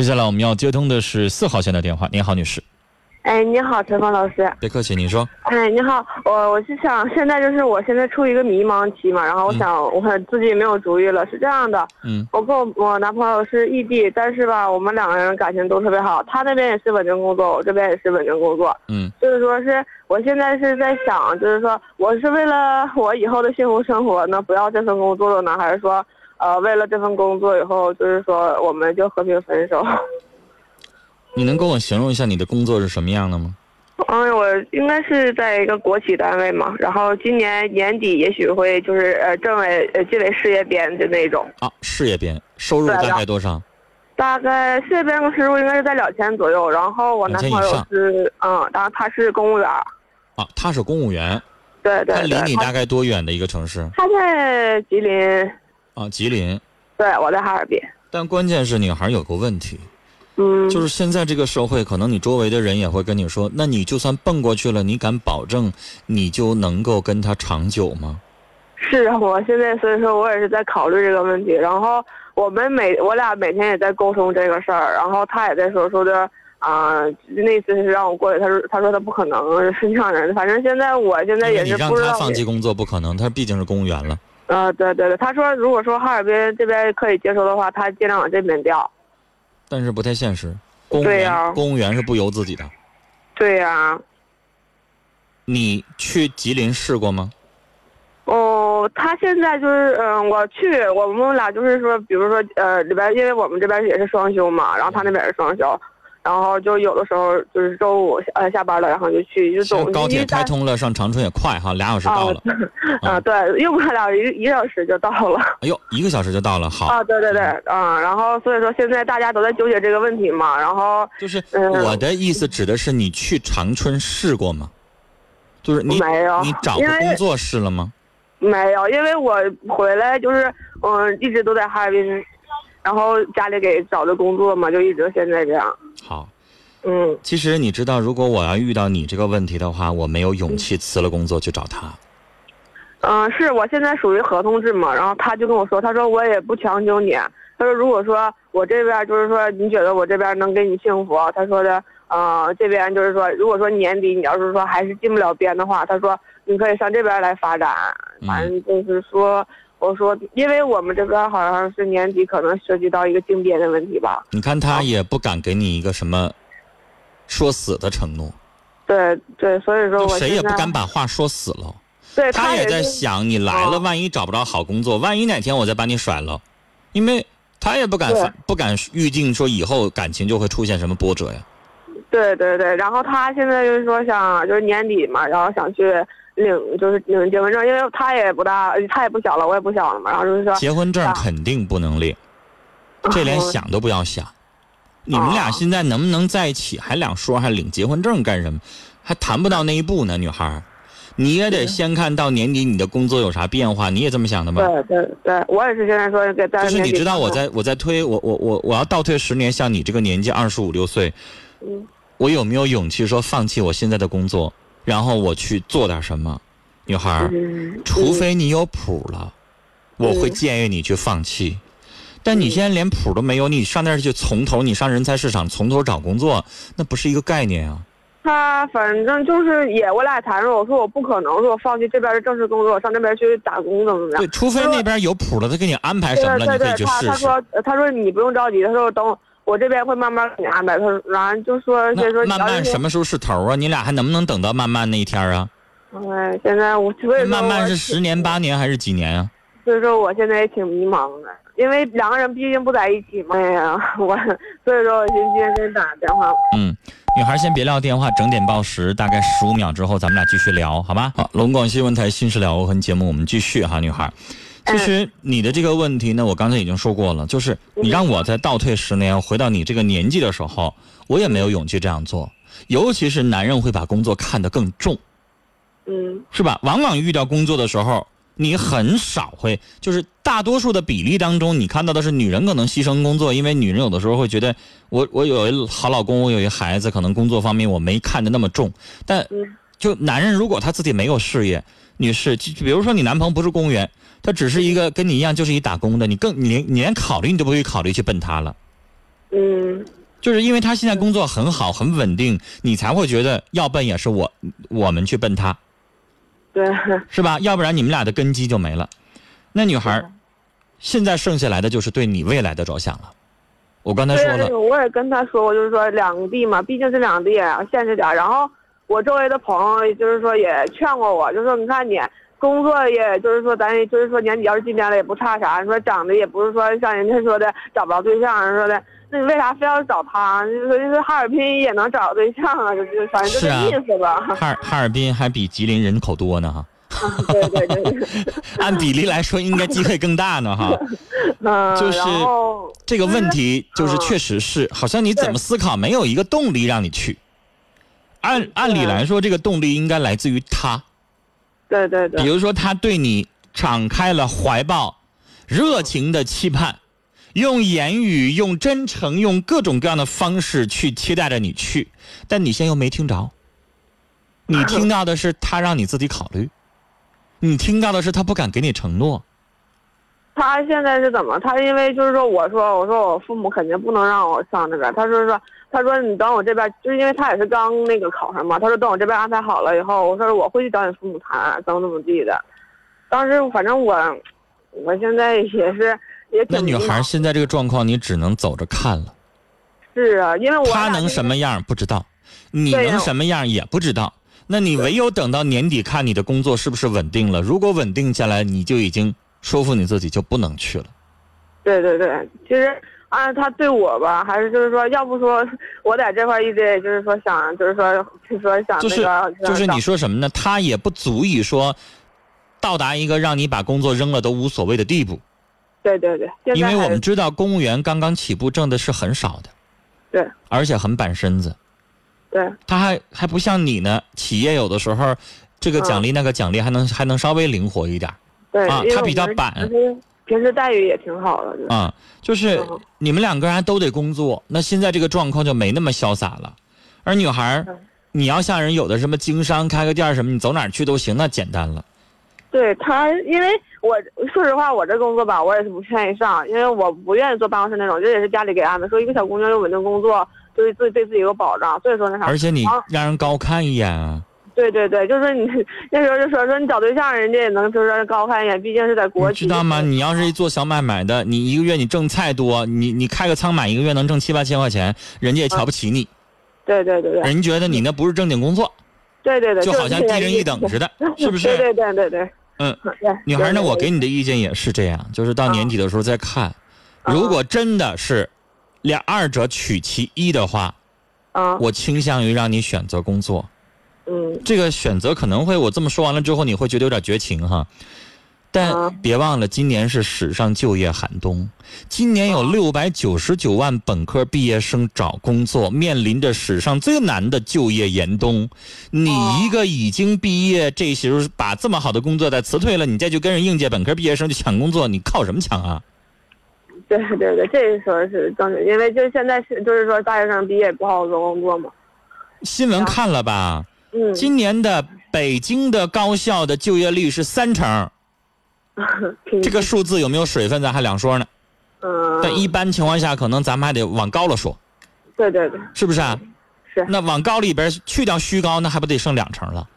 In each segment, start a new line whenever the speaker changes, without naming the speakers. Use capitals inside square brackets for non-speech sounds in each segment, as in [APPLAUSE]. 接下来我们要接通的是四号线的电话。您好，女士。
哎，你好，陈峰老师。
别客气，您说。
哎，你好，我我是想，现在就是我现在处于一个迷茫期嘛，然后我想，我很自己也没有主意了。是这样的，
嗯
我跟我我男朋友是异地，但是吧，我们两个人感情都特别好，他那边也是稳定工作，我这边也是稳定工作，
嗯
就是说是我现在是在想，就是说我是为了我以后的幸福生活呢，不要这份工作了呢，还是说，呃，为了这份工作以后，就是说我们就和平分手？
你能跟我形容一下你的工作是什么样的吗？
嗯，我应该是在一个国企单位嘛，然后今年年底也许会就是呃政委呃纪委事业编的那种，
啊，事业编，收入大概多少？
大概事业编的收入应该是在两千左右。然后我男
2000以
朋友
上
是嗯，然后他是公务员儿，
啊，他是公务员，
对对
他离
对，
你
他
大概多远的一个城市？
他在吉林，
啊，吉林。
对我在哈尔滨，
但关键是女孩有个问题，
嗯，
就是现在这个社会，可能你周围的人也会跟你说，那你就算蹦过去了，你敢保证你就能够跟他长久吗？
是啊，我现在所以说我也是在考虑这个问题，然后我们每我俩每天也在沟通这个事儿，然后他也在说说的啊、那次是让我过去，他说他说他不可能是这样人，反正现在我现在
因为
也
你
是
让
不知
他
道
放
你
弃工作不可能，他毕竟是公务员了。
呃，对对对，他说如果说哈尔滨这边可以接受的话，他尽量往这边调。
但是不太现实，公务
对
员、
呀
公务员是不由自己的。
对呀、
你去吉林试过吗？
哦，他现在就是，嗯，我去，我们俩就是说，比如说，呃，里边，因为我们这边也是双休嘛，然后他那边也是双休，然后就有的时候就是周五呃下班了，然后就去，就
现
总
在高铁
一
开
旦
通了，嗯上长春也快哈，俩小时到了。
啊、对，用不了一一个小时就到了
哎呦，一个小时就到了，好。嗯
啊，对对对，啊、然后所以说现在大家都在纠结这个问题嘛，然后
就是
嗯
我的意思指的是你去长春试过吗？就是你
没有
你找过
因为
工作试了吗？
没有，因为我回来就是，嗯，一直都在哈尔滨，然后家里给找的工作嘛，就一直现在这样，
好，
嗯。
其实你知道，如果我要遇到你这个问题的话，我没有勇气辞了工作去找他。
嗯，是我现在属于合同制嘛，然后他就跟我说，他说我也不强求你，他说如果说我这边就是说你觉得我这边能给你幸福，他说的，呃，这边就是说，如果说年底你要是说还是进不了编的话，他说你可以上这边来发展，
嗯
反正就是说，我说因为我们这边好像是年底可能涉及到一个竞编的问题吧，
你看他也不敢给你一个什么说死的承诺，
对对，所以说
就
哦我
谁也
现
不
在
敢把话说死了。
对
他也
也
在
是
想，你来了，
哦
万一找不着好工作，万一哪天我再把你甩了，因为他也不敢
对
发不敢预定说以后感情就会出现什么波折呀。
对对对，然后他现在就是说想，就是年底嘛，然后想去领，就是领结婚证，因为他也不大，他也不小了，我也不小了嘛，然后就是说，
结婚证
啊
肯定不能
[LAUGHS]
领，这连
哦
想都不要想。你们俩
哦
现在能不能在一起，还两说，还领结婚证干什么？还谈不到那一步呢，女孩儿。你也得先看到年底你的工作有啥变化，你也这么想的吗？
对对对，我也是现在说给在
就是
年
你
底
知道我
看看，
在我在推我我我我要倒退十年，像你这个年纪二十五六岁，
嗯
我有没有勇气说放弃我现在的工作，然后我去做点什么？女孩儿，
嗯，
除非你有谱了，我会建议你去放弃。但
嗯
你现在连谱都没有，你上那儿去从头，你上人才市场从头找工作，那不是一个概念啊！
他反正就是也我俩谈着，我说我不可能说放弃这边的正式工作，上那边去打工怎么样
对，？除非那边有谱了，他给你安排什么了，
啊对
你可
对
以
对，
去
他
试
他
试。
说他说你不用着急，他说等我我这边会慢慢给你安排，他说然后就说先说
那慢慢什么时候是头啊？你俩还能不能等到慢慢那一天啊？
哎，现在我所以说
慢慢
我
是十年八年还是几年啊？
所以说我现在也挺迷茫的，因为两个人毕竟不在一起嘛。 [LAUGHS] 哎呀，我所以说我就今天给你打电话。
嗯，女孩先别撂电话，整点报时，大概十五秒之后，咱们俩继续聊，好吗？好，龙广新闻台《新事了无痕》节目，我们继续哈，女孩。其实你的这个问题呢，我刚才已经说过了，就是你让我再倒退十年，回到你这个年纪的时候，我也没有勇气这样做。尤其是男人会把工作看得更重，
嗯
是吧？往往遇到工作的时候，你很少会，就是大多数的比例当中，你看到的是女人可能牺牲工作，因为女人有的时候会觉得，我我有一好老公，我有一孩子，可能工作方面我没看得那么重。但
嗯
就男人如果他自己没有事业，女士，就就比如说你男朋友不是公务员，他只是一个跟你一样就是一打工的，你更你连你连考虑你都不会考虑去奔他了。
嗯，
就是因为他现在工作很好很稳定，你才会觉得要奔也是我我们去奔他，
对，
是吧？要不然你们俩的根基就没了。那女孩儿现在剩下来的就是对你未来的着想了。我刚才
对
说
呀，
了
这，个我也跟他说过，就是说两地嘛，毕竟是两地，啊现实点儿。然后我周围的朋友就是说也劝过我，就说你看你工作，也就是说咱也就是说年底要是今年了也不差啥，说长得也不是说像人家说的找不着对象啊说的，那你为啥非要找他？啊就是就是哈尔滨也能找着对象啊，就就反正就是
啊
这意思吧。
哈尔哈尔滨还比吉林人口多呢
[LAUGHS]
哈，
对对对，
按比例来说应该机会更大呢哈。
嗯，
就是
然后
这个问题就是
嗯
确实是，好像你怎么思考没有一个动力让你去。按按理来说，这个动力应该来自于他，
对对对
比，如说他对你敞开了怀抱，热情的期盼，用言语、用真诚、用各种各样的方式去期待着你去，但你现在又没听着，你听到的是他让你自己考虑，你听到的是他不敢给你承诺，
他现在是怎么？他因为就是说，我说我说我父母肯定不能让我上这个，他说说他说你等我这边，就是因为他也是刚那个考上嘛，他说等我这边安排好了以后，我说我会去找你父母谈，怎么怎么地的。当时反正我，我现在也是也挺
那女
迷
孩
茫
现在这个状况，你只能走着看了。
是啊，因为我
他
俩
能
就
什么样不知道，你
对呀哦
能什么样也不知道。那你唯有等到年底看你的工作是不是稳定了。如果稳定下来，你就已经说服你自己就不能去了。
对对对，其实按他对我吧，还是就是说，要不说我在这块一直也就是说想，就是说就是说想
就
啊那
是
个
就是
找
你说什么呢？他也不足以说到达一个让你把工作扔了都无所谓的地步，
对对对，现
因
在
为我
还
们知道公务员刚刚起步挣的是很少的，
对
而且很板身子。
对
他还还不像你呢，企业有的时候这
嗯
个奖励那个奖励还能还能稍微灵活一点儿。
对，
啊
因为
他
我
比较
们
板
平时平时待遇也挺好的，就是
啊、就是
嗯
你们两个人还都得工作，那现在这个状况就没那么潇洒了。而女孩儿
嗯，
你要像人有的什么经商、开个店儿什么，你走哪儿去都行，那简单了。
对他，因为我说实话，我这工作吧，我也是不愿意上，因为我不愿意做办公室那种，这也是家里给安排，说一个小姑娘有稳定工作，就是自己对自己有保障，所以说那啥
而，且你
啊好
让人高看一眼啊，
对对对，就是你那时候就说说你找对象，人家也能就是高看一眼，毕竟是在国
你
企，
知道吗？你要是一做小买卖的，你一个月你挣菜多，你你开个仓买一个月能挣七八千块钱，人家也瞧不起你，
对对对对
人觉得你那不是正经工作，
对嗯对对，
就好像
是这
低
个
人
意
一
思
等似的，是不是？
对对对对对，
嗯
对，
女孩呢，我给
你
你的意见也是这样，就是到年底的时候再看。
嗯
如果真的是两二者取其一的话，
啊，
我倾向于让你选择工作。
嗯
这个选择可能会，我这么说完了之后，你会觉得有点绝情哈。但
嗯
别忘了，今年是史上就业寒冬，今年
啊
有六百九十九万本科毕业生找工作，面临着史上最难的就业严冬。你一个已经毕业，这时候把这么好的工作再辞退了，你再去跟人应届本科毕业生去抢工作，你靠什么抢啊？
对 [LAUGHS] 对对，这时候是正确，因为就是现在是就是说大学生毕业不好找工作嘛，
新闻
啊
看了吧？
嗯，
今年的北京的高校的就业率是三成，
挺
这个数字有没有水分，咱还两说呢。
嗯，
但一般情况下，可能咱们还得往高了说，
对对 [LAUGHS] 对，
是不是啊？
嗯是
那往高里边去掉虚高，那还不得剩两成了？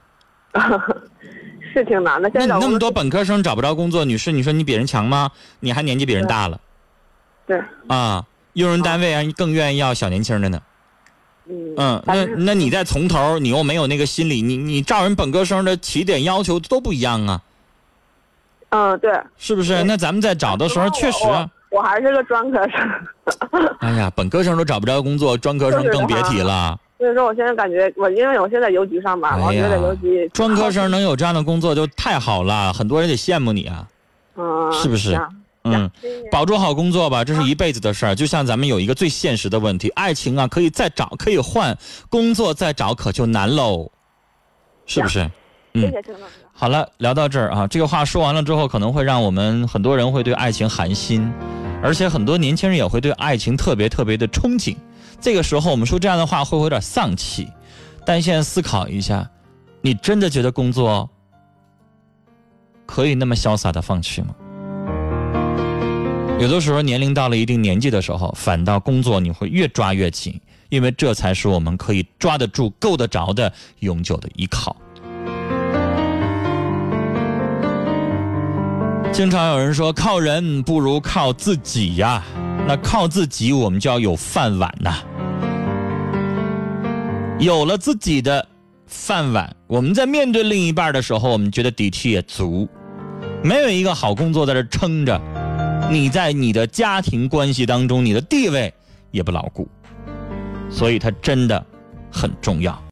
是挺难的。
那
现
你那么
在找
多
工作
本科生找不着工作，女士，你说你比人强吗？你还年纪比人大了
对，
啊？用人单位啊，更愿意要小年轻的呢。
嗯
嗯，
但
那
是
那你再从头，你又没有那个心理，你你照人本科生的起点要求都不一样啊，
嗯对，
是不是？
对
那咱们在找的时候，
我
确实啊，
我还是个专科生， [LAUGHS]
哎呀，本科生都找不着工作，专科生更别提了。
所以说我现在感觉我因为我现在在邮局上班，我
哎
觉
呀
得在邮局
专科生能有这样的工作就太好了，很多人得羡慕你啊。
嗯
是不是嗯，保住好工作吧，这是一辈子的事儿。就像咱们有一个最现实的问题，爱情啊可以再找，可以换；工作再找可就难喽，是不是？
谢
嗯
谢郑老师。
好了，聊到这儿啊，这个话说完了之后，可能会让我们很多人会对爱情寒心，而且很多年轻人也会对爱情特别特别的憧憬。这个时候我们说这样的话会不会有点丧气？但现在思考一下，你真的觉得工作可以那么潇洒的放弃吗？有的时候年龄到了一定年纪的时候，反倒工作你会越抓越紧，因为这才是我们可以抓得住、够得着的永久的依靠。经常有人说，靠人不如靠自己呀、那靠自己，我们就要有饭碗呐、有了自己的饭碗，我们在面对另一半的时候，我们觉得底气也足。没有一个好工作在这撑着，你在你的家庭关系当中，你的地位也不牢固，所以它真的很重要。